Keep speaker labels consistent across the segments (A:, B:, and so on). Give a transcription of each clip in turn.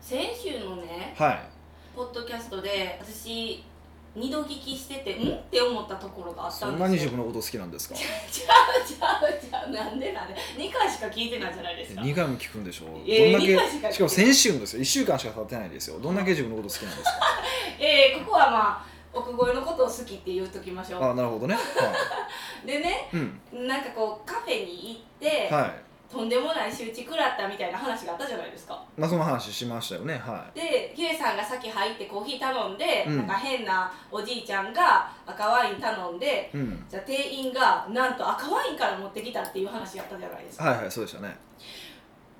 A: 先週のね
B: はい
A: ポッドキャストで私二度聞きしててんって思ったところがあった
B: そ
A: ん
B: ん
A: で
B: なに
A: す
B: 自
A: よ
B: 分のこと好きなんですか
A: じゃあじゃあじゃあなんでなんで2回しか聞いてないじゃないですか
B: 2回も聞くんでしょうどんだ
A: いやいや二回しか聞いてな
B: け
A: い
B: しかも先週のですよ1週間しか経ってないですよどんだけ自分のこと好きなんですか
A: えー、ここはまあ奥越えのことを好きって言うときましょ
B: あなるほどねは
A: うでね
B: い、うん
A: なんかこうカフェに行って、
B: は
A: とんでもない仕打ち食らったみたいな話があったじゃないですか
B: いまあその話しましたよねは
A: でヒデさんが先入ってコーヒー頼んで、
B: うん
A: なんか変なおじいちゃんが赤ワイン頼んで
B: い、うん、
A: じゃあ店員がなんと赤ワインから持ってきたっていう話やったじゃないですか、
B: はいはいそうでしたね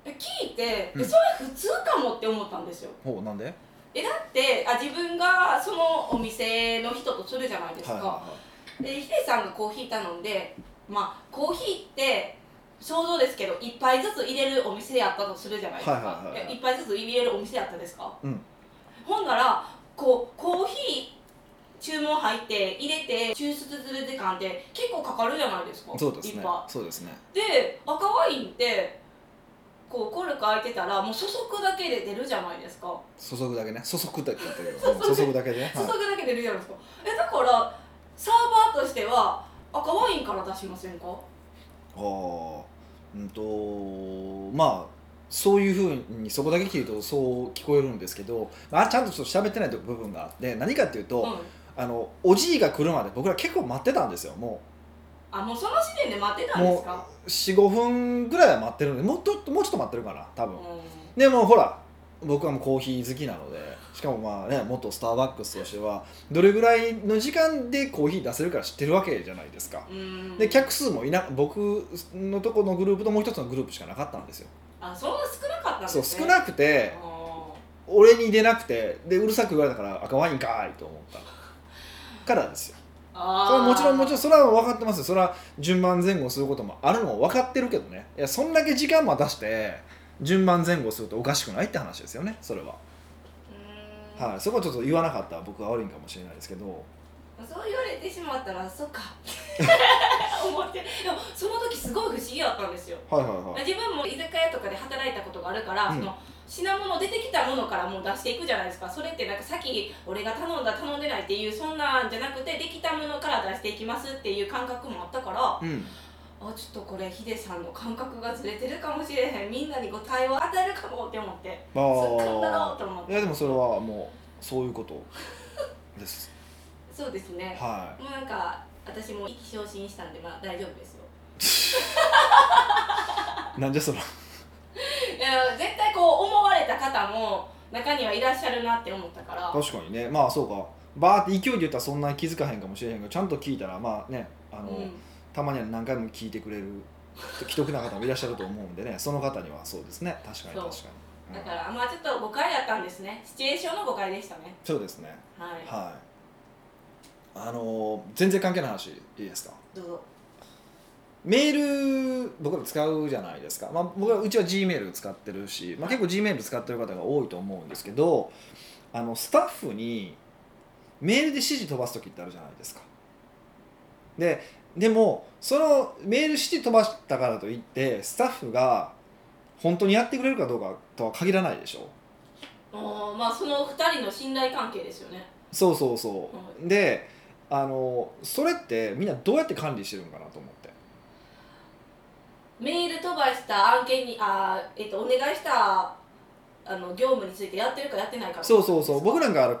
A: え聞いて、え
B: うん
A: それ普通かもって思ったんですよ
B: ほうなんではい
A: えだってあ自分がそのお店の人とするじゃないですか、
B: は
A: でヒデさんがコーヒー頼んでまあコーヒーって想像ですけど一杯ずつ入れるお店やったとするじゃないです
B: は
A: か
B: いはいはいはい
A: え一杯ずつ入れるお店やったですか、
B: うん
A: ほんならこうコーヒー注文入って入れて抽出する時間って結構かかるじゃないですか
B: いそうです
A: い
B: ね
A: っぱ
B: そうですね
A: いで赤ワインってこうコルク開いてたらもう注ぐだけで出るじゃないですか
B: 注ぐだけね注ぐだけだ ったけど注ぐだけでね、
A: 注ぐ
B: は
A: だけで出るじゃないですかえだからサーバーとしては赤ワインから出しませんか
B: い、ああうんとまあそういうふうにそこだけ聞いるとそう聞こえるんですけど、まあ、ちゃんとちょっと喋ってない部分があって何かっていうと、
A: うん
B: あのおじいが来るまで僕ら結構待ってたんですよも
A: あもうその時点で待ってたんですか
B: う45分ぐらいは待ってるんでもうちょっともうちょっと待ってるかな多
A: う
B: 分
A: ん
B: でもほら僕はもうコーヒー好きなのでしかもまあね元スターバックスとしてはどれぐらいの時間でコーヒー出せるから知ってるわけじゃないですか
A: うん
B: で客数もいな僕のとこのグループともう一つのグループしかなかったんですよ
A: あそんな少なかったんです
B: そ
A: ね
B: う少なくて
A: あ
B: 俺に出なくてでうるさく言われたから赤ワインかーいと思ったからですよ
A: ーあ
B: それはもちろんもちろん
A: ん
B: それは分かってますよそれは順番前後することもあるのも分かってるけどねいやそんだけ時間も出して順番前後するとおかしくないって話ですよねそれは、はい、そこはちょっと言わなかった僕は悪いんかもしれないですけど
A: そう言われてしまったらそっか 思ってでもその時すごい不思議だったんですよ
B: はいはいはい
A: 自分も居酒屋とかで働いたことがあるから、
B: うん
A: その品物出てきたものからもう出していくじゃないですかそれってなんかさっき俺が頼んだ頼んでないっていうそんなんじゃなくてできたものから出していきますっていう感覚もあったから、
B: うん、
A: あちょっとこれヒデさんの感覚がずれてるかもしれへんみんなにご対応与えるかもって思って
B: ま
A: そっかんだろうと思っ
B: あい
A: て
B: やでもそれはもうそういうこと です
A: そうですね
B: は
A: もうなんか私も意気昇進したんでまあ大丈夫ですよ
B: いなんじゃそら
A: いや絶対こう思われた方も中にはいらっしゃるなって思ったから
B: 確かにねまあそうかバーって勢いで言ったらそんなに気づかへんかもしれへんけどちゃんと聞いたらまあねあの、
A: うん
B: たまには何回も聞いてくれる既得な方もいらっしゃると思うんでねその方にはそうですね確かに
A: そう
B: 確かに
A: だ
B: うん
A: からまあちょっと誤解だったんですねシチュエーションの誤解でしたね
B: そうですね
A: はい
B: はいあの全然関係ない話いいですか
A: どうぞ
B: メール僕ら使うじゃないですか、まあ、僕はうちは G メール使ってるし、まあ、結構 G メール使ってる方が多いと思うんですけどあのスタッフにメールで指示飛ばす時ってあるじゃないですかででもそのメール指示飛ばしたからといってスタッフが本当にやってくれるかどうかとは限らないでしょ
A: おーまあその2人の信頼関係ですよね
B: そうそうそうであのそれってみんなどうやって管理してるんかなと思って
A: メール飛ばした案件にあー、えっとお願いしたあの業務についてやってるかやってないか
B: そうそうそう僕
A: ら
B: なんかあの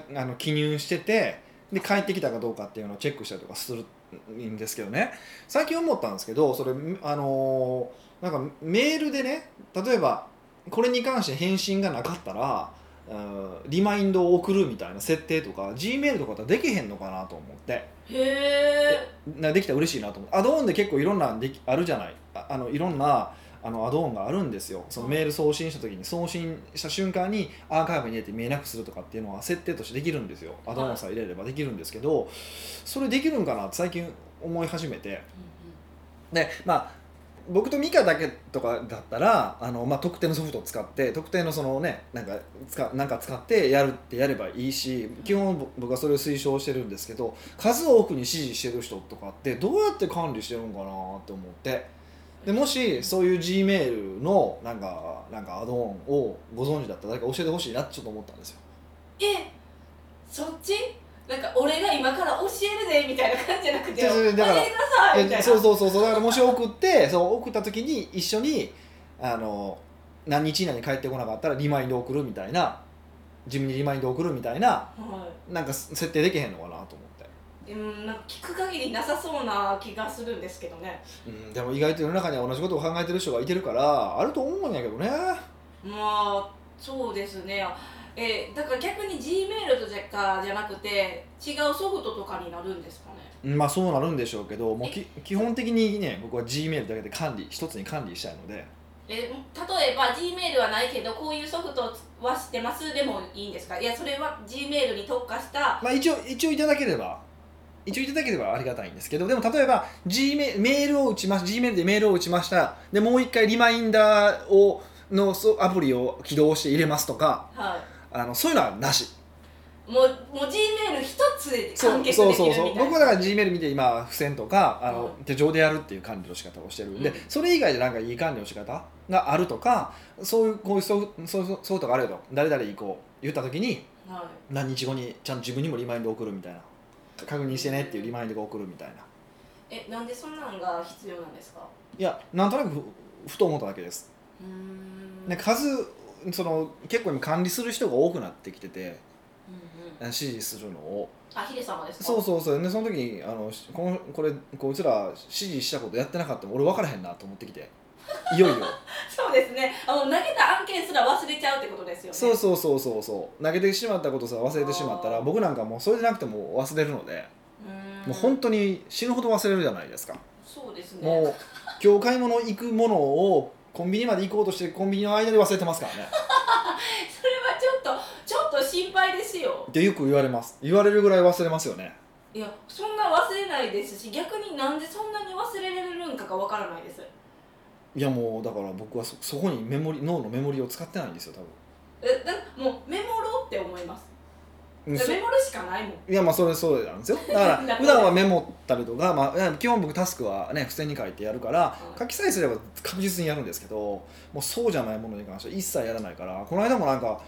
B: かあの記入しててで帰ってきたかどうかっていうのをチェックしたりとかするんですけどね最近思ったんですけどそれあのーなんかメールでね例えばこれに関して返信がなかったらうんリマインドを送るみたいな設定とか G メールとかだったらできへんのかなと思って
A: へえ
B: なできたら嬉しいなと思ってアドオンで結構いろんなんできあるじゃないああのいろんなあのアドオンがあるんですよそのメール送信した時に送信した瞬間にアーカイブに入れて見えなくするとかっていうのは設定としてできるんですよアドオンさえ入れればできるんですけどそれできるんかなって最近思い始めてでまあ僕とミカだけとかだったらあの、まあ、特定のソフトを使って特定のそのねなんか使なんか使ってやるってやればいいし基本ぼ僕はそれを推奨してるんですけど数多くに支持してる人とかってどうやって管理してるのかなって思ってでもしそういう G メールのなんかなんかアドオンをご存知だったら誰か教えてほしいなってちょっと思ったんですよ
A: えそっちなんか俺が今から教えるねみたいな感じじゃなくて
B: 違う違うだから
A: 教えてくだ さいみたい
B: え
A: な
B: そうそうそうそうだからもし送ってそう送った時に一緒にあの何日以内に帰ってこなかったらリマインド送るみたいな自分にリマインド送るみたいな
A: は
B: なんか設定できへんのかなと思って、
A: い、うんなんか聞く限りなさそうな気がするんですけどね
B: うん、でも意外と世の中には同じことを考えてる人がいてるからあると思うんやけどね
A: まあそうですねえだから逆に G メールとかじゃなくて違うソフトとかになるんですかね
B: まあそうなるんでしょうけどもうき基本的にね僕は G メールだけで管理一つに管理したいので
A: え例えば G メールはないけどこういうソフトは知ってますでもいいんですかいやそれは G メールに特化した
B: まあ、一応一応いただければ一応いただければありがたいんですけどでも例えば G メメールを打ちま G メールでメールを打ちましたでもう一回リマインダーをのそうアプリを起動して入れますとか
A: は
B: あのそういうのはなし
A: いもうもう G メール一つで
B: そ
A: 完
B: う
A: 結
B: そう
A: でき
B: そう
A: る
B: そう
A: みたい
B: 僕は
A: な
B: だから G メール見て今付箋とかあの、
A: う
B: 手錠でやるっていう管理の仕方をしてるんで、
A: うん
B: それ以外でなんかいい管理の仕方があるとかそういうこういうソフそうそうソフトがあるよと誰々行こう言った時に
A: は、
B: 何日後にちゃんと自分にもリマインド送るみたいな確認してねっていうリマインドが送るみたいない
A: えなんでそんなんが必要なんですか
B: いやなんとなくふふと思っただけです、
A: うーん
B: ね、数その結構今管理する人が多くなってきてて
A: うんうん、
B: 指示するのを
A: あヒデ様ですか
B: そうそうそうでその時にあのしこのこれこいつら指示したことやってなかったも俺分からへんなと思ってきていよいよ
A: そうですねあの投げた案件すら忘れちゃうってことですよね
B: そうそうそうそうそう投げてしまったことさ忘れてしまったら
A: あー
B: 僕なんかもうそれでなくても忘れるので、
A: うーん
B: もう本当に死ぬほど忘れるじゃないですか
A: そうですね
B: もう今日買い物行くものをコンビニまで行こうとしてコンビニの間で忘れてますからね
A: それはちょっとちょっと心配ですよ
B: ってよく言われます言われるぐらい忘れますよね
A: いやそんな忘れないですし逆になんでそんなに忘れられるんかがわからないです
B: いやもうだから僕はそそこにメモリ脳のメモリを使ってないんですよ多
A: えだもうメモろうって思います
B: 分そ
A: メモるしかないもん
B: いやまあそれそうなんですよだか
A: なる
B: ら
A: ほ
B: 普
A: ど
B: 段はメモったりとか、まあ、基本僕タスクはね付箋に書いてやるから
A: うん
B: 書きさえすれば確実にやるんですけどもうそうじゃないものに関しては一切やらないからこの間もなんか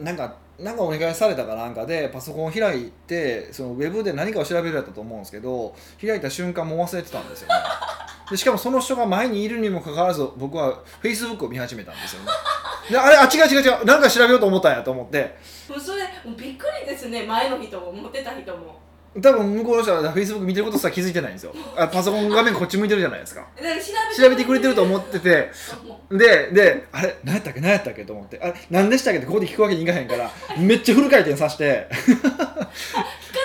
B: なんかなんかお願いされたかなんかでパソコンを開いてそのウェブで何かを調べるやったと思うんですけど開いた瞬間もう忘れてた んですよねでしかもその人が前にいるにもかかわらず僕はフェイスブックを見始めたんですよねであれあ違う違う違うなんか調べようと思ったんやと思って
A: もうそれもうびっくりですね前の人も持ってた人も
B: 多分向こうの人はフェイスブック見てることすら気づいてないんですよあパソコン画面こっち向いてるじゃないですか
A: だから調べ
B: 調べてくれてると思ってて
A: も
B: でであれ何やったっけ何やったっけと思ってあれ何でしたっけってここで聞くわけにいかへんからめっちゃフル回転させて
A: う聞か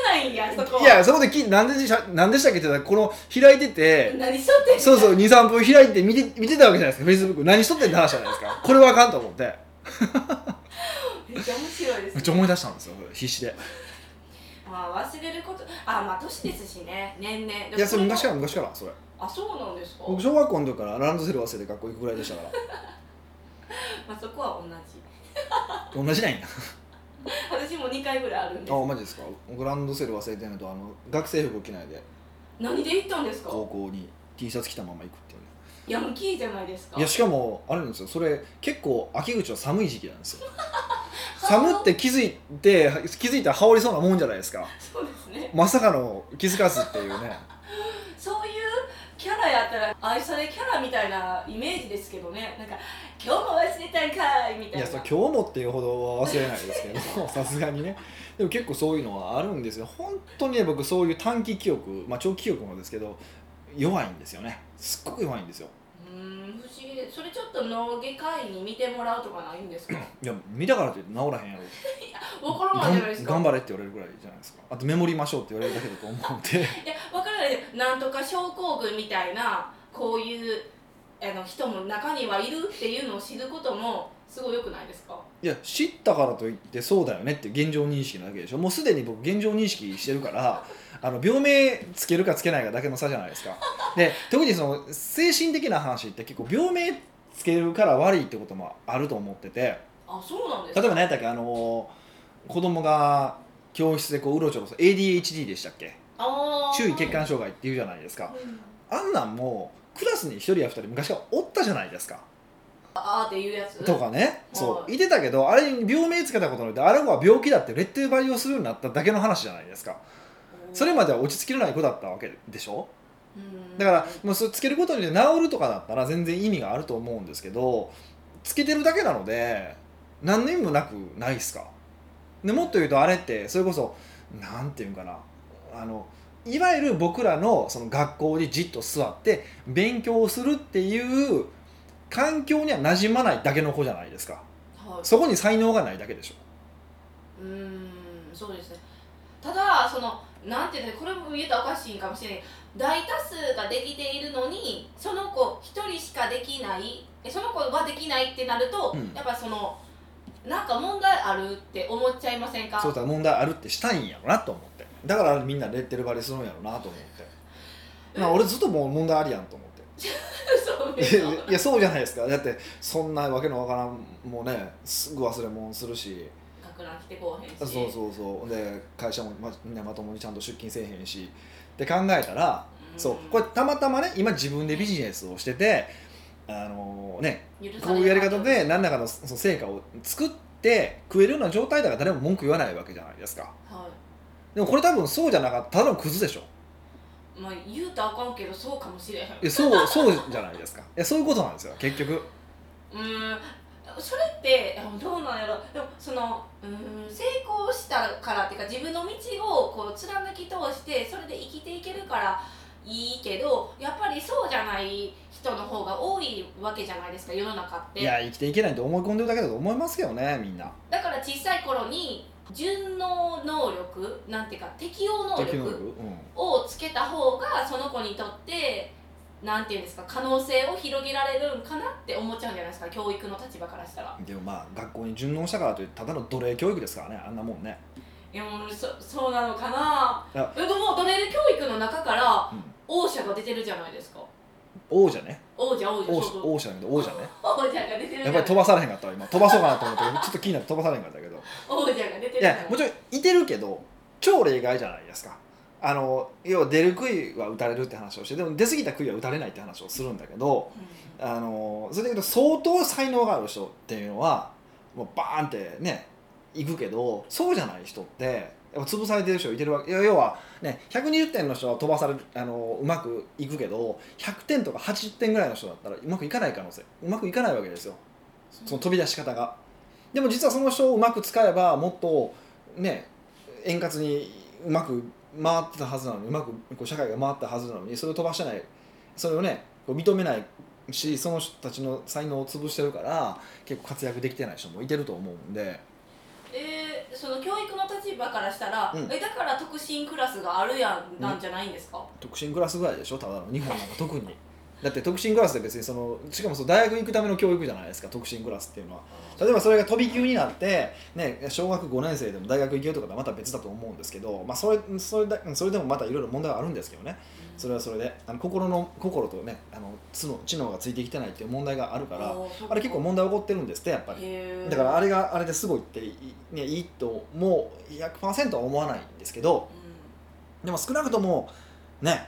A: ないんやそこはい
B: やそこでき何でしゃ何でしたっけって言ったらこの開いてて
A: 何しとってんの
B: そうそう23分開いて見て見てたわけじゃないですかフェイスブック何しとってんって話じゃないですかこれはあかんと思って
A: めっちゃ面白いです
B: めっ
A: ね
B: ちゃ思い出したんですよ必死で
A: まあ忘れることあまあ年ですしね年々
B: いやそれ昔からら昔からそれ
A: あそうなんですか
B: 僕小学校の時からランドセル忘れて学校行くぐらいでしたから
A: まあそこは同じ
B: 同じなんや
A: 私も2回ぐらいあるんです
B: あマジですかグランドセル忘れてんのとあの学生服着ないで
A: 何で行ったんですか
B: 高校に T シャツ着たまま行くっていうね
A: ヤンキーじゃないですか
B: いやしかもあれなんですよそれ結構秋口は寒い時期なんです よ寒って気づいて気づいたら羽織りそうなもんじゃないですか
A: そうですね
B: まさかの気づかずって いうね
A: そういうキャラやったら愛されキャラみたいなイメージですけどねなんか「今日も忘れたんかい」みたい
B: いや
A: な
B: そう今日もっていうほどは忘れないですけ どさすがにねでも結構そういうのはあるんですよ本当にね僕そういう短期記憶まあ長期記憶もですけど弱いんですよねすっごく弱いんですよ
A: うーん不思議でそれちょっと脳外科医に見てもらうとかないんですか
B: いや見たからといって治らへんやろ
A: わからないじゃないですか
B: 頑張れって言われるぐらいじゃないですかあとメモりましょうって言われるだけだと思うん で
A: いやわからないですなんとか症候群みたいなこういうあの人も中にはいるっていうのを知ることもすごい良くないですか
B: いや知ったからといってそうだよねって現状認識なだけでしょもうすでに僕現状認識してるからあの病名つけるかつけないかだけの差じゃないですかで特にその精神的な話って結構病名つけるから悪いってこともあると思ってて
A: あそうなんです
B: 例え
A: か
B: ば何やったっけあの子供が教室でこううろちょろする ADHD でしたっけ
A: あー
B: 注意欠陥障害っていうじゃないですか
A: うん
B: あんなんもうクラスに1人や2人昔はおったじゃないですか
A: あーっていうやつ
B: とかね、そ
A: は
B: う
A: い
B: いてたけどあれに病名つけたことによってあれは病気だってレッテル培養するようになっただけの話じゃないですかそれまでは落ち着きのない子だったわけでしょ
A: うん
B: だからもうそれつけることによって治るとかだったら全然意味があると思うんですけどつけてるだけなので何の意味もなくないっすかでもっと言うとあれってそれこそなんていうんかなあのいわゆる僕らのその学校にじっと座って勉強をするっていう環境には馴染まないだけの子じゃないですか
A: はい
B: そこに才能がないだけでしょ
A: うーんそうですねただそのなんていうのこれも言えたらおかしいんかもしれない大多数ができているのにその子一人しかできないえその子はできないってなると、
B: うん
A: やっぱそのなんか問題あるって思っちゃいませんか
B: そうだ問題あるってしたいんやろなと思ってだからみんなレッテル貼りするんやろなと思ってまあ俺ずっともう問題ありやんと思って
A: そうですよ
B: いやそうじゃないですかだってそんなわけのわからんもうねすぐ忘れ物するし
A: 学ラン着てこうへんし
B: そうそうそうで会社もま,、ね、まともにちゃんと出勤せえへんしって考えたら
A: うん
B: そうこれたまたまね今自分でビジネスをしててあのね
A: 許さ
B: こ
A: れない
B: ういうやり方で何らかのその成果を作って食えるような状態だから誰も文句言わないわけじゃないですか
A: は
B: でもこれ多分そうじゃなかったらただのクズでしょ
A: いまあ言うとあかんけどそうかもしれへん
B: い やそうそうじゃないですかいやそういうことなんですよ結局
A: うーんそれってあどうなんやろでもそのうーん成功したからっていうか自分の道をこう貫き通してそれで生きていけるからいいけどやっぱりそうじゃない人の方が多いわけじゃないですか世の中っ
B: いや
A: て
B: 生きていけないと思い込んでるだけだと思いますけどねみんな
A: だから小さい頃に順応能力なんていうか適応能
B: 適応
A: 力をつけた方がその子にとってなんていうんですか可能性を広げられるんかなって思っちゃうんじゃないですか教育の立場からしたら。
B: うん、でもまあ学校に順応したからといってただの奴隷教育ですからねあんなもんね、
A: いやもうそそうなのかな
B: あ
A: えでもドレル教育の中から
B: うん、
A: 王者が出てるじゃないですか
B: 王者ね
A: 王者王者
B: 王
A: そう
B: 者
A: そう
B: 王者だけど王者ね
A: 王者が出てるじ
B: や
A: ゃ
B: っ
A: な
B: ぱ
A: い
B: り飛ばされへんかったわ今飛ばそうかなと思って ちょっと気になって飛ばされへんかったけど
A: 王者が出てる
B: い
A: じゃな
B: や
A: い
B: もちろんいてるけど超例外じゃないですかあの要は出る杭は打たれるって話をしてでも出過ぎた杭は打たれないって話をするんだけど
A: うん
B: あのそれだけど相当才能がある人っていうのはもうバーンってね行くけどそうじゃない人ってやっぱ潰されてる人いてるわけ要要はね120点の人は飛ばされるあのうまくいくけど100点とか80点ぐらいの人だったらうまくいかない可能性うまくいかないわけですよその飛び出し方が。でも実はその人をうまく使えばもっとね円滑にうまく回ってたはずなのにうまくこう社会が回ったはずなのにそれを飛ばしてないそれをねこう認めないしその人たちの才能を潰してるから結構活躍できてない人もいてると思うんで
A: えーその教育の立場からしたら、
B: うん
A: えだから特進クラスがあるやんなんじゃないんですか、
B: 特進クラスぐらいでしょただの日本なんか特にだって特進クラスって別にそのしかもその大学行くための教育じゃないですか特進クラスっていうのは例えばそれが飛び級になって、ね、小学5年生でも大学行けるとかとはまた別だと思うんですけど、まあ、それそれだそれでもまたいろいろ問題はあるんですけどねそれはそれであの心の心とねあの知能知能がついてきてないっていう問題があるからあれ結構問題起こってるんですってやっぱり
A: り
B: だからあ
A: れ、
B: れがあれですごいってい,、ね、いいともう100%は思わないんですけど
A: う
B: でも少なくともね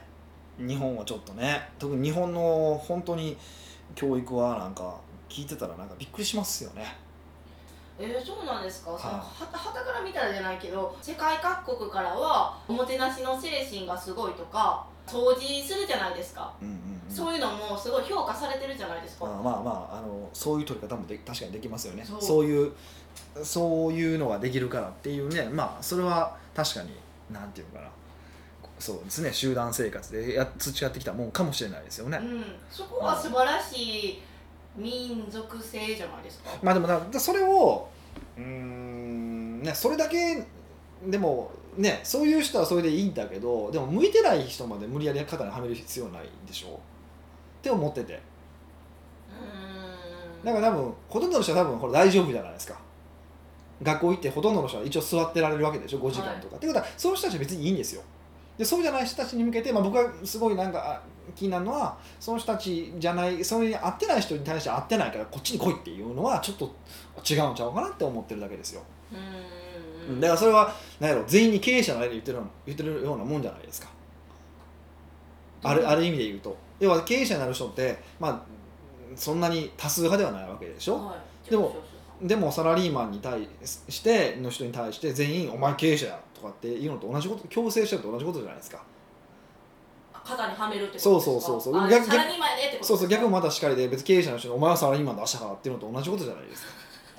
B: 日本はちょっとね特に日本の本当に教育はなんか聞いてたらなんかびっくりしますよね
A: んえーそうなんですか、
B: い
A: そのはたから見たらじゃないけど世界各国からはおもてなしの精神がすごいとか掃除するじゃないですか
B: うんうんうん
A: そういうのもすごい評価されてるじゃないですか。
B: まあまあまああのそういう取り方もで確かにできますよねそ
A: そうう
B: いうそういうのができるからっていうねまあそれは確かになんていうのかなそうですね集団生活でや培ってきたもんかもしれないですよね、
A: うん、そこは素晴らしい民族性じゃないですか。
B: まあでもだそれをうーんねそれだけでもねそういう人はそれでいいんだけどでも向いてない人まで無理やり肩にはめる必要ないでしょって思ってて
A: うーん。
B: だから多分ほとんどの人は多分これ大丈夫じゃないですか学校行ってほとんどの人は一応座ってられるわけでしょ5時間とか、ってことはそういう人たちは別にいいんですよでそうじゃない人たちに向けて、まあ、僕はすごいなんかあ気になるのはその人たちじゃないそれに合ってない人に対して合ってないからこっちに来いっていうのはちょっと違うんちゃうかなって思ってるだけですよ、
A: うー
B: うん
A: ん。
B: だからそれは何やろ全員に経営者のれで言ってるような言ってるようなもんじゃないですかあるある意味で言うと要は経営者になる人って、まあ、そんなに多数派ではないわけでしょ、
A: はい、
B: でもでもサラリーマンに対しての人に対して全員「お前経営者や」とかっていうのと同じこと強制しちゃうと同じことじゃないですか
A: 肩にはめるってことですか
B: そうそうそうそう
A: あ
B: 逆
A: サラリーマンやでってことですか
B: そうそう逆もまたしかりで別に経営者の人に「お前はサラリーマンだ明日から」っていうのと同じことじゃないですか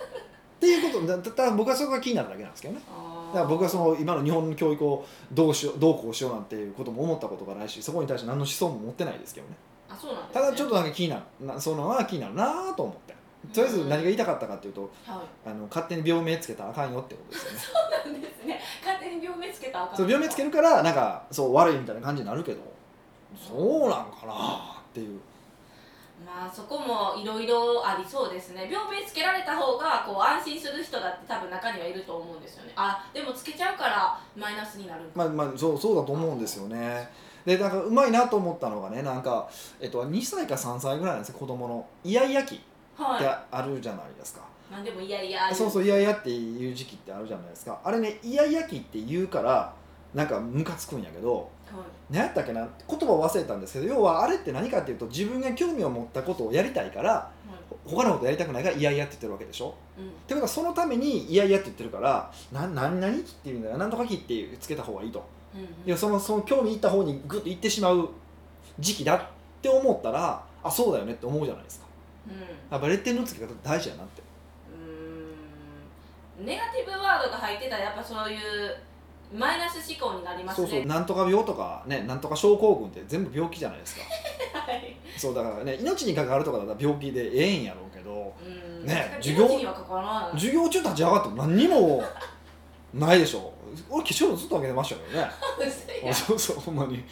B: っていうことだだただ僕はそこが気になるだけなんですけどね
A: あ
B: だ
A: ー
B: から僕はその今の日本の教育をどうしようどうこうしようなんていうことも思ったことがないしそこに対して何の思想も持ってないですけどね
A: あそうなんです
B: た
A: ね
B: だちょっとなんか気になるなそのは気になるなと思ってとりあえず何が言いたかったかっていうと
A: はい
B: あの勝手に病名つけたらあかんよってことですよね
A: そうなんですね勝手に病名つけたらあかん
B: そう病名つけるからなんかそう悪いみたいな感じになるけどそうなんかなっていう
A: まあそこもいろいろありそうですね病名つけられた方がこう安心する人だって多分中にはいると思うんですよねあでもつけちゃうからマイナスになるんだ
B: まあまあそうそうだと思うんですよねでなんかうまいなと思ったのがねなんか、えっと、2歳か3歳ぐらいなんですよ子供のイヤイヤ期って
A: は
B: あるじゃないですか、
A: いなんでもいやいや
B: そう
A: う
B: そうイヤイヤっていう時期ってあるじゃないですかあれねイヤイヤ期って言うからなんかムカつくんやけど何やったっけな言葉忘れたんですけど要はあれって何かっていうと自分が興味を持ったことをやりたいからほ他のことやりたくないからイヤイヤって言ってるわけでしょってことはそのために「いやいや」って言ってるから「な何何?」っていうんだよ「なんとか期」ってつけた方がいいと、いやそのその興味いった方にグッと行ってしまう時期だって思ったらあそうだよねって思うじゃないですかやっぱレッテルのつけ方大事やなって
A: ネガティブワードが入ってたらやっぱそういうマイナス思考になります
B: そ
A: ね
B: うそうなんとか病とかねなんとか症候群って全部病気じゃない ですか
A: はい
B: そうだからね命に関わるとかだったら病気でええんやろうけど
A: うん
B: ね
A: 確かに
B: 授業
A: 命には関わらない
B: 授業中立ち上がっても何にもないでしょ俺化粧ずっと開けてましたけどね あ そうそうほんまに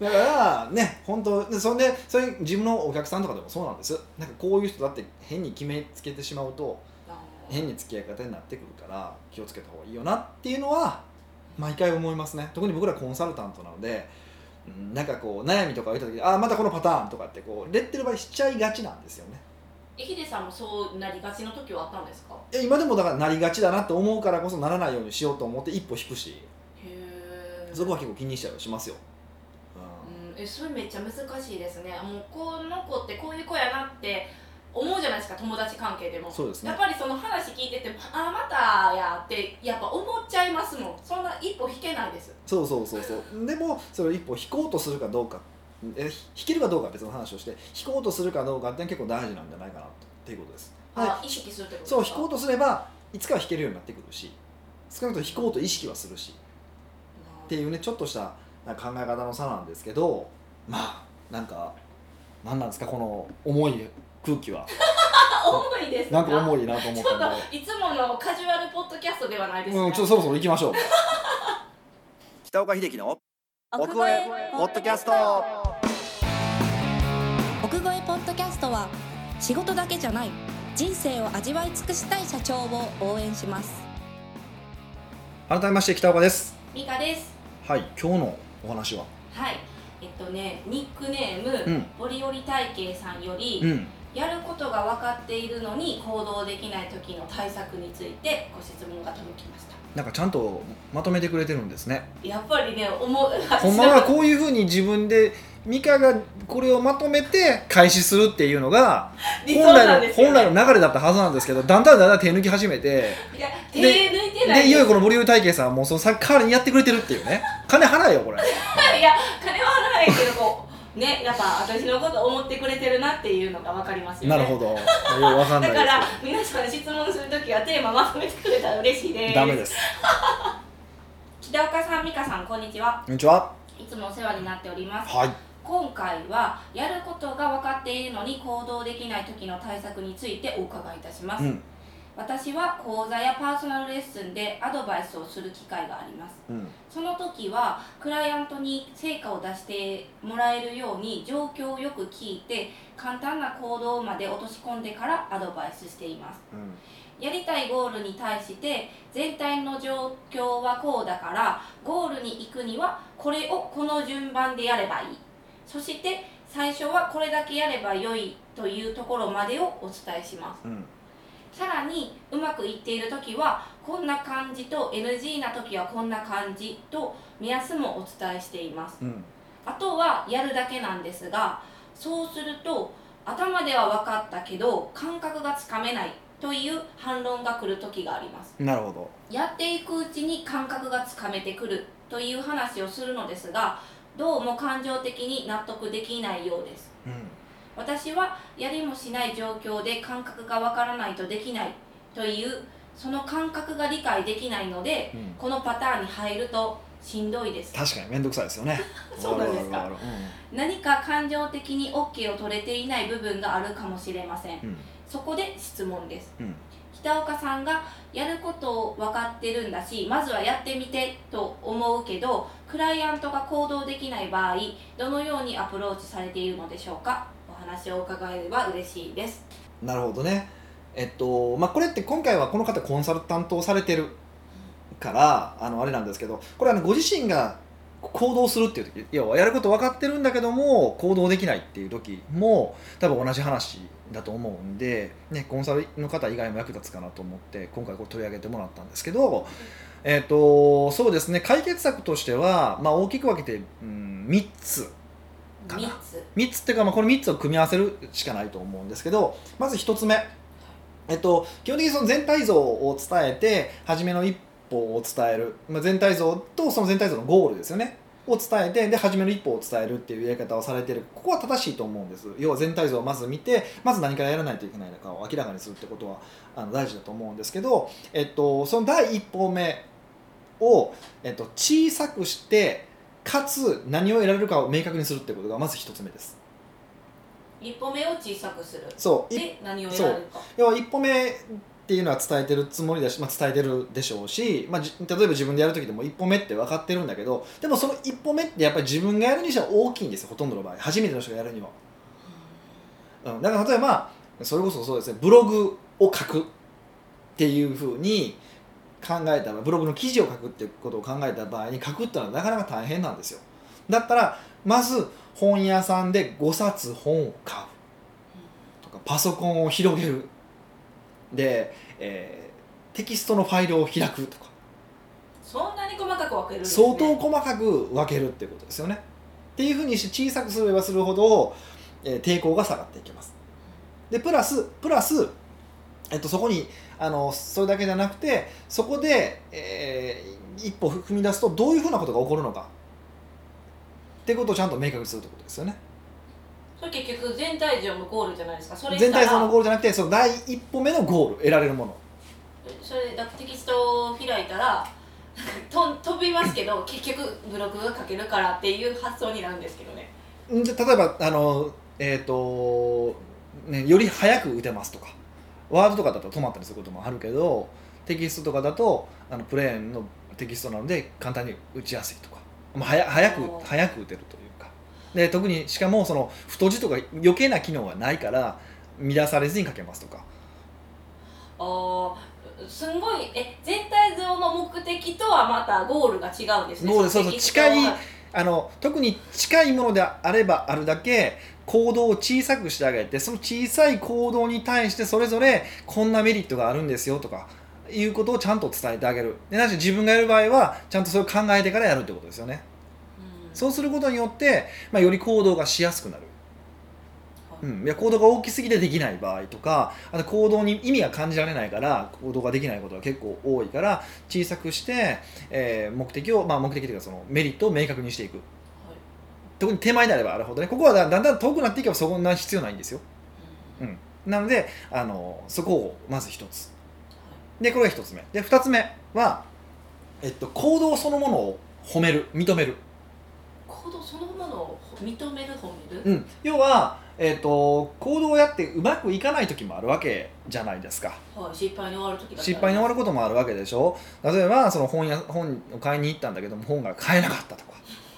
B: だからね本当でそんでそれ自分のお客さんとかでもそうなんですなんかこういう人だって変に決めつけてしまうと変に付き合い方になってくるから気をつけた方がいいよなっていうのは毎回思いますね特に僕らコンサルタントなのでうんなんかこう悩みとか言った時にああまたこのパターンとかってこうレッテル貼りしちゃいがちなんですよね
A: えひでさんもそうなりがちの時はあったんですか
B: いや今でもだからなりがちだなって思うからこそならないようにしようと思って一歩引くし
A: へえ
B: そこは結構気にしちゃうしますよ、う
A: う
B: ん
A: ん、えそれめっちゃ難しいですねもうこの子ってこういう子やなって思うじゃないですか友達関係でも
B: そうですね
A: やっぱりその話聞いててもああまたやってやっぱ思っちゃいますもんそんな一歩引けないです
B: そうそうそうそうでもそれを一歩引こうとするかどうかえひ引けるかどうかは別の話をして引こうとするかどうかって結構大事なんじゃないかなっていうことです
A: あ
B: はい
A: 意識するってことです
B: そう
A: か
B: 引こうとすればいつかは引けるようになってくるし少なくとも引こうと意識はするしっていうねちょっとしたなんか考え方の差なんですけどまあなんか何なんですかこの重い空気は
A: あ重いです
B: なんか
A: い
B: 重いなと思っ
A: ちょ
B: た
A: っ
B: んで
A: といつものカジュアルポッドキャストではないですね
B: うん、ちょっとそろそろ行きま しょう北岡秀樹の
C: 奥越え
B: ポッドキャスト
C: 奥越えポッドキャストは仕事だけじゃない人生を味わい尽くしたい社長を応援します
B: 改めまして北岡です
A: ミカです
B: はい今日のお話は
A: はいえっとねニックネー
B: う
A: ム、
B: ん
A: ボリオリ体型さんより、
B: うん
A: やることが分かっているのに行動できない時の対策についてご質問が届きました
B: なんかちゃんとまとめてくれてるんですね。
A: やっぱりね思う
B: ほんまはこういうふうに自分でミカがこれをまとめて開始するっていうのが
A: 理
B: 本
A: 想なん
B: 来
A: で
B: の
A: すよ、
B: 本
A: ね、
B: 来の流れだったはずなんですけどだんだんだんだん手抜き始めて
A: いや手抜いてない
B: でいよいよこのボリューム体系さんはもうそのサッカーにやってくれてるっていうね金払えよこれ
A: いや金は払わないけどこうねやっぱ私のこと思ってくれてるなっていうのが分かりますよね
B: なるほどようわかん
A: だ
B: ない
A: か
B: で
A: ら皆さん質問する時はテーマまとめてくれたら嬉しいですす
B: ダメです
A: 北岡さん美香さんこんにちは
B: こんにちはい
A: つもお世話になっております
B: はい
A: 今回はやることが分かっているのに行動できない時の対策についてお伺いいたします、
B: うん
A: 私は講座やパーソナルレッスンでアドバイスをする機会があります
B: うん
A: その時はクライアントに成果を出してもらえるように状況をよく聞いて簡単な行動まで落とし込んでからアドバイスしています
B: うん
A: やりたいゴールに対して全体の状況はこうだからゴールに行くにはこれをこの順番でやればいいそして最初はこれだけやれば良いというところまでをお伝えします
B: うん
A: さらにうまくいっている時はこんな感じと NG な時はこんな感じと目安もお伝えしています
B: うん
A: あとはやるだけなんですがそうすると頭では分かったけど感覚がつかめないという反論が来る時があります
B: なるほど
A: やっていくうちに感覚がつかめてくるという話をするのですがどうも感情的に納得できないようです
B: うん
A: 私はやりもしない状況で感覚がわからないとできないというその感覚が理解できないので
B: うん
A: このパターンに入るとしんどいです
B: 確かに面倒くさいですよね
A: そうなんですか
B: わるわるわる
A: 何か感情的に OK を取れていない部分があるかもしれません
B: うんうん
A: そこで質問です
B: うん
A: 北岡さんがやることを分かってるんだしまずはやってみてと思うけどクライアントが行動できない場合どのようにアプローチされているのでしょうかお話を伺えれば嬉しいです
B: なるほどねえっとまあこれって今回はこの方コンサルタントをされてるからあのあれなんですけどこれあのご自身が行動するっていう時要はやること分かってるんだけども行動できないっていう時も多分同じ話だと思うんで、ね、コンサルの方以外も役立つかなと思って今回これ取り上げてもらったんですけど、えっとそうですね解決策としては、まあ、大きく分けて、うん、3つかな
A: 3つ
B: 3つっていうか、まあ、この3つを組み合わせるしかないと思うんですけどまず1つ目、えっと、基本的にその全体像を伝えて初めの一歩を伝える、まあ、全体像とその全体像のゴールですよねを伝えてで初めの一歩を伝えるっていうやり方をされてるここは正しいと思うんです要は全体像をまず見てまず何からやらないといけないのかを明らかにするってことはあの大事だと思うんですけど、えっと、その第一歩目を、えっと、小さくしてかつ何を得られるかを明確にするってことがまず一つ目です
A: 一歩目を小さくする
B: そうい
A: で何をやるか
B: 要は一歩目っていうのは伝えてるつもりだし、まあ、伝えてるでしょうし、まあ、じ例えば自分でやる時でも一歩目って分かってるんだけどでもその一歩目ってやっぱり自分がやるにしては大きいんですよほとんどの場合初めての人がやるには、うん、だから例えばそれこそそうですねブログを書くっていうふうに考えたらブログの記事を書くっていうことを考えた場合に書くっていうのはなかなか大変なんですよだったらまず本屋さんで5冊本を買うとかパソコンを広げるで、えーテキストのファイルを開くとか、
A: そんなに細かく分けるんです、ね、
B: 相当細かく分けるっていうことですよねっていうふうにして小さくすればするほど、えー抵抗が下がっていきますでプラスプラス、えっと、そこにあのそれだけじゃなくてそこで、えー一歩踏み出すとどういうふうなことが起こるのかっていうことをちゃんと明確にするってことですよね
A: それ結局全体像のゴールじゃないですかそれ
B: 全
A: したら
B: 体像のゴールじゃなくてその第一歩目のゴール得られるもの
A: それだテキストを開いたら と飛びますけど 結局ブログが書けるからっていう発想になるんですけどね
B: んじゃ例えばあのえっ、と、ね、より早く打てますとかワードとかだと止まったりすることもあるけどテキストとかだとあのプレーンのテキストなので簡単に打ちやすいとか、まあ、はや早く
A: おー
B: 早く打てるというかで特にしかもその太字とか余計な機能がないから乱されずに書けますとか
A: あーすんごいえ全体像の目的とはまたゴールが違うんですね
B: ゴールそうそう
A: テキストは
B: 近いあの特に近いものであればあるだけ行動を小さくしてあげてその小さい行動に対してそれぞれこんなメリットがあるんですよとかいうことをちゃんと伝えてあげるでなし自分がやる場合はちゃんとそれを考えてからやるってことですよね
A: うん
B: そうすることによって、まあ、より行動がしやすくなる、うん、いや行動が大きすぎてできない場合とかあと行動に意味が感じられないから行動ができないことが結構多いから小さくして、えー目的を、まあ、目的というかそのメリットを明確にしていく
A: はい
B: 特に手前になればあるほどねここはだだんだん遠くなっていけばそんな必要ないんですよ
A: うん
B: なのであのそこをまず一つでこれが一つ目で二つ目は、えっと、行動そのものを褒める認める、
A: 行動そのものを認める褒める、
B: うん、要は、えっと、行動をやってうまくいかない時もあるわけじゃないですか
A: はい、失敗に終わる時だ
B: 失敗に終わ
A: る
B: ることもあるわけでしょ例えばその本や本を買いに行ったんだけども本が買えなかったとか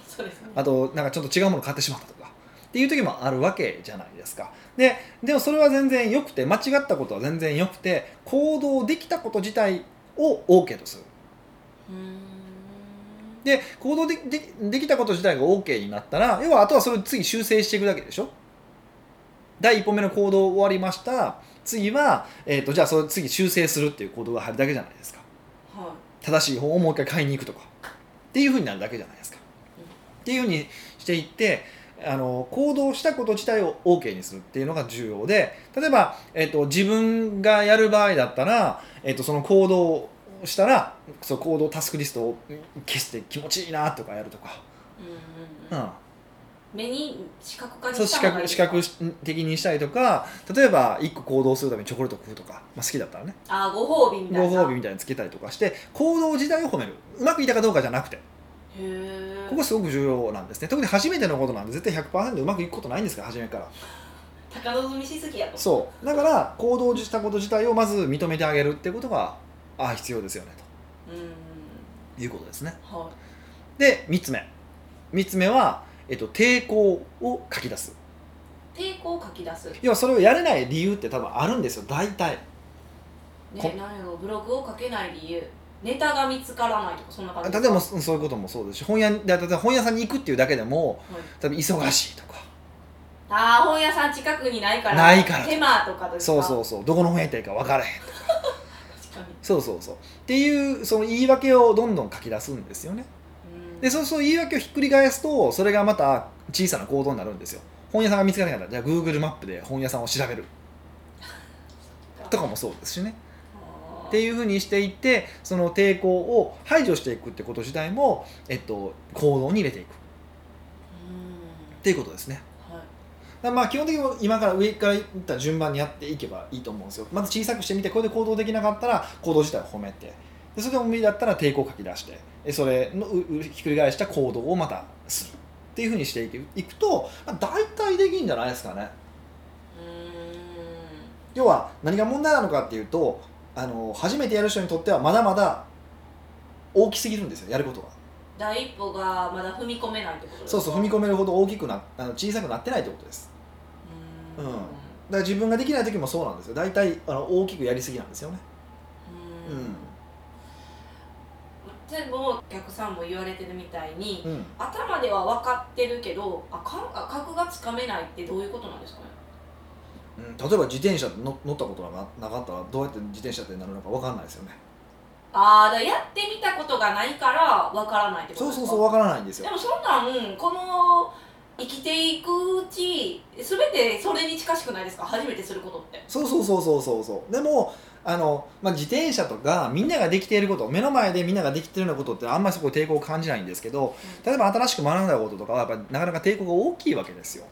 A: そうですね
B: あとなんかちょっと違うもの買ってしまったとかっていう時もあるわけじゃないですかででもそれは全然よくて間違ったことは全然よくて行動できたこと自体を OK とする
A: うーん
B: で行動ででできたこと自体が OK になったら要はあとはそれを次修正していくだけでしょ第一歩目の行動終わりました次は、えー、とじゃあそれ次修正するっていう行動が入るだけじゃないですか
A: は
B: 正しい本をもう一回買いに行くとかっていうふうになるだけじゃないですか。っていうふうにしていってあの行動したこと自体を OK にするっていうのが重要で例えば、えっと自分がやる場合だったら、えっとその行動をしたらその行動タスクリストを消して気持ちいいなとかやるとか、
A: うん
B: う
A: うん
B: ん、
A: 目に視覚化
B: そう
A: にし
B: 視
A: た方がい
B: 覚
A: い
B: 視覚的にしたりとか例えば一個行動するためにチョコレート食うとか、まあ、好きだったらね
A: あーご褒美みた
B: ご
A: いな
B: 褒美みたいにつけたりとかして行動自体を褒めるうまくいったかどうかじゃなくて
A: へえ
B: ここすごく重要なんですね特に初めてのことなんで絶対100%でうまくいくことないんですから初めから
A: 高望みしすぎやと
B: そうだから行動したこと自体をまず認めてあげるってことがあ必要ですよね
A: うんうん
B: ということですね
A: は
B: で3つ目3つ目は、えっと、抵抗を書き出す
A: い抵抗を書き出す、ね、
B: 要はそれをやれない理由って多分あるんですよ大体こ
A: 何やろブログを書けない理由ネタが見つからないとかそんな感じ
B: 例えばそそういうこともそうですし本屋で例えば本屋さんに行くっていうだけでも
A: はい
B: 多分忙しいとか
A: ああ本屋さん近くにないから
B: ないから
A: 手間とかですか
B: そうそううそうどこの本屋行ったらいいか分からへん
A: 確かに
B: そうそうそうっていうその言い訳をどんどん書き出すんですよね
A: うん
B: でそうそう言い訳をひっくり返すとそれがまた小さな行動になるんですよ本屋さんが見つからなかったらじゃあ Google マップで本屋さんを調べるとかもそうですしね
A: あー
B: っていうふうにしていってその抵抗を排除していくってこと自体も、えっと、行動に入れていくっ
A: うん
B: ていうことですね
A: はい
B: だからまあ基本的に今から上からいった順番にやっていけばいいと思うんですよまず小さくしてみてこれで行動できなかったら行動自体を褒めてでそれでも無理だったら抵抗を書き出してえそれのううひっくり返した行動をまたするっていうふうにしていくいくと、まあ、大体できるんじゃないですかね
A: う
B: 要は何が問題なのかっていうとあの初めてやる人にとってはまだまだ大きすぎるんですよやることが
A: ーん第一歩がまだ踏み込めないってことです
B: そう
A: か
B: そう踏み込めるほど大きくなあの小さくなってないってことです
A: う
B: うん
A: ん
B: だから自分ができない時もそうなんですよ大体あの大きくやりすぎなんですよね
A: う
B: うんん
A: でもお客さんも言われてるみたいに
B: うん
A: 頭では分かってるけどあかんあ格がつかめないってどういうことなんですかね
B: うん例えば自転車の乗ったことがななかったらどうやって自転車ってなるのか分かんないですよね
A: ああだからやってみたことがないから分からないってこと
B: そう
A: です
B: そ
A: か
B: うそう分からないんです
A: で
B: よ
A: もそんなんこの生きていくうち全てそれに近しくないですか初めてすることって
B: そうそうそうそうそうそうでもあの、まあ、自転車とかみんなができていること目の前でみんなができているようなことってあんまりそこ抵抗を感じないんですけど
A: うん
B: 例えば新しく学んだこととかはやっぱりなかなか抵抗が大きいわけですよ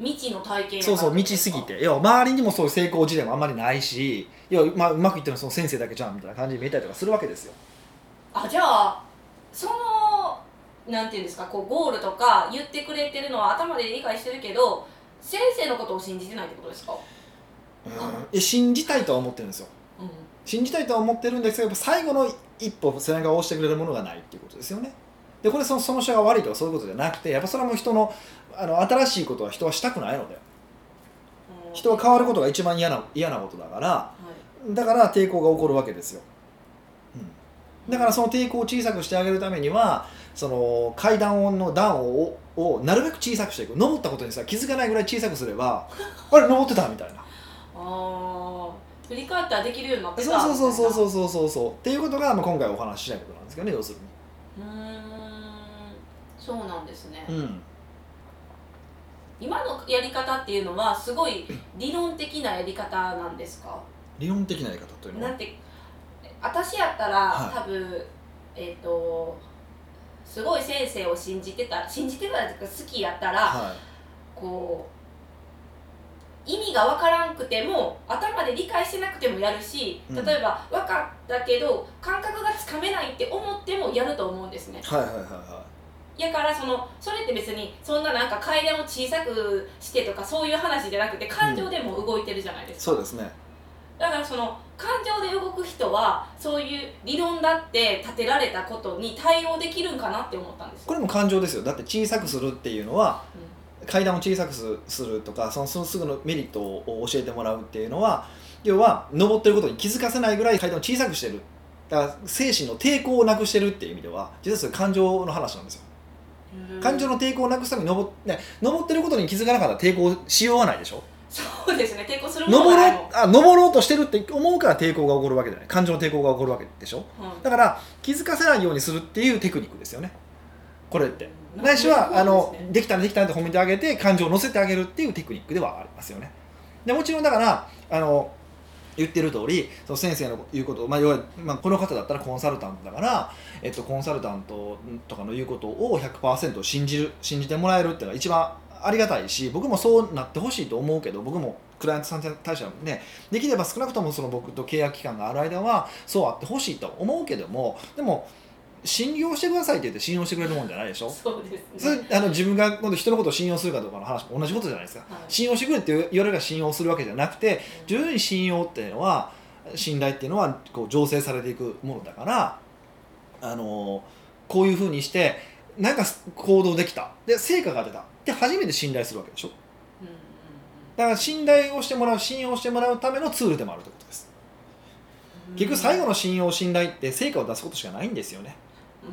A: 未知の体験やか
B: そ
A: ら
B: うそう道すぎて要は周りにもそういう成功事例もあんまりないし要は、まあ、うまくいってるのはその先生だけじゃんみたいな感じに見えたりとかするわけですよ
A: あじゃあそのなんていうんですかこうゴールとか言ってくれてるのは頭で理解してるけど先生のことを信じてないってことですか、
B: え信じたいとは思ってるんですよ
A: うん、
B: 信じたいとは思ってるんですけどやっぱ最後の一歩背中を押してくれるものがないっていうことですよねでこれそのその人が悪いとかそういうことじゃなくてやっぱそれはもう人のあの新しいことは人はしたくないので人は変わることが一番嫌な嫌なことだから
A: はい
B: だから抵抗が起こるわけですよ、うん、だからその抵抗を小さくしてあげるためにはその階段の段ををなるべく小さくしていく登ったことにさ気づかないぐらい小さくす ればあれ登ってたみたいな
A: あー振り返ったらできるようになってた
B: そうそうそう
A: う
B: そうそうそうそうっていうことが、まあ、今回お話ししたいことなんですけどね要するに。
A: うーんそうなんですね、
B: うん
A: 今のやり方っていうのはすごい理論的なやり方なんですか
B: 理論的なやり方というの
A: な
B: は
A: んて私やったら、
B: はい
A: 多分えっ、とすごい先生を信じてた信じてたっていうか好きやったら、
B: は
A: こう意味が分からんくても頭で理解してなくてもやるし
B: うん
A: 例えば分かったけど感覚がつかめないって思ってもやると思うんですね
B: いはいはいはいは
A: やからそのそれって別にそんななんか階段を小さくしてとかそういう話じゃなくて感情でも動いてるじゃないですか
B: いそうですね
A: だからその感情で動く人はそういう理論だって立てられたことに対応できるんかなって思ったんです
B: こ
A: よ、
B: れも感情ですよだって小さくするっていうのは階段を小さくすするとかそのそのすぐのメリットを教えてもらうっていうのは要は登ってることに気づかせないぐらい階段を小さくしてるだから精神の抵抗をなくしてるっていう意味では実はそれ感情の話なんですよ
A: うん
B: 感情の抵抗をなくすために登,、ね、登ってることに気づかなかったら抵抗しようがないでしょ
A: そうですね抵抗するもの
B: 登
A: が
B: ろ
A: ないうもん、
B: あ登ろうとしてるって思うから抵抗が起こるわけじゃない感情の抵抗が起こるわけでしょ
A: うん
B: だから気づかせないようにするっていうテクニックですよね。これって
A: な
B: ないしはあ
A: なるほど
B: の
A: ですね
B: できたねできたねって褒めてあげて感情を乗せてあげるっていうテクニックではありますよねでもちろんだからあの言ってる通りその先生の言うこと、まあ要はまあ、この方だったらコンサルタントだから、えっと、コンサルタントとかの言うことを100%信じる信じてもらえるっていうのが一番ありがたいし僕もそうなってほしいと思うけど僕もクライアントさんに対してはねできれば少なくともその僕と契約期間がある間はそうあってほしいと思うけどもでも信用してくださいって言って信用してくれるもんじゃないでしょ
A: そうです
B: そ
A: ね
B: れあの自分が今度人のことを信用するかどうかの話も同じことじゃないですか、
A: はい
B: 信用してくれって言われが信用するわけじゃなくて徐々に信用っていうのは信頼っていうのはこう醸成されていくものだからあのこういうふうにしてなんか行動できたで成果が出たで初めて信頼するわけでしょ
A: うんうん
B: だから信頼をしてもらう信用してもらうためのツールでもあるということです
A: うん
B: 結局最後の信用信頼って成果を出すことしかないんですよね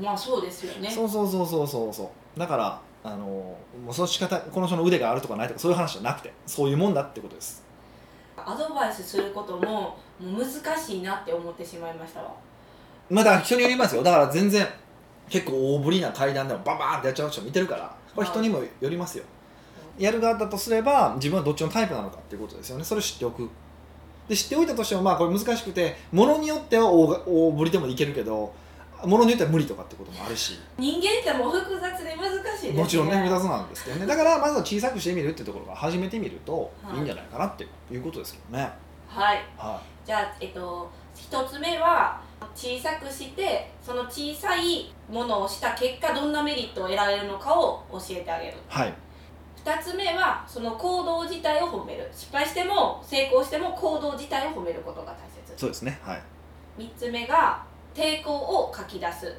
A: まあそうですよね
B: そうそうそうそうそうそうだからあのもうその仕方この人の腕があるとかないとかそういう話じゃなくてそういうもんだってことです
A: アドバイスすることももう難しいなって思ってしまいましたわ
B: まあだから人によりますよだから全然結構大ぶりな階段でもバンバンってやっちゃう人もいてるからこれ人にもよりますよやる側だとすれば自分はどっちのタイプなのかっていうことですよねそれを知っておくで知っておいたとしてもまあこれ難しくてものによっては大が大ぶりでもいけるけどものによっては無理とかってこともあるし
A: 人間ってもう複雑で難しいですね
B: もちろんね複雑なんですけどねだからまずは小さくしてみるってところから始めてみると
A: はい
B: いいんじゃないかなっていうことですけどね、
A: はい
B: は
A: じゃあえっと一つ目は小さくしてその小さいものをした結果どんなメリットを得られるのかを教えてあげる
B: い、はい、
A: 二つ目はその行動自体を褒める失敗しても成功しても行動自体を褒めることが大切
B: そうですねはい
A: 三つ目が抵抗を書き出す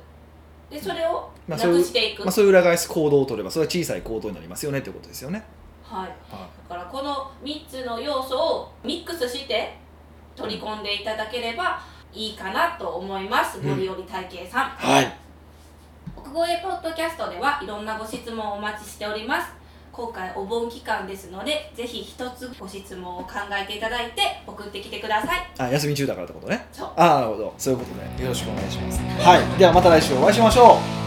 A: でそれを
B: ま
A: な
B: あそういう
A: くしていく、
B: まあ、そういう裏返す行動を取ればそれは小さい行動になりますよねってことですよね、
A: はい
B: は
A: だからこの3つの要素をミックスして取り込んでいただければいいかなと思います、
B: うん
A: ご利用理体系さん
B: はい、
A: 奥越えポッドキャストではいろんなご質問をお待ちしております今回お盆期間ですのでぜひ一つご質問を考えていただいて送ってきてください
B: あ休み中だからってことね
A: そう
B: ああなるほどそういうことねよろしくお願いしますはいではまた来週お会いしましょう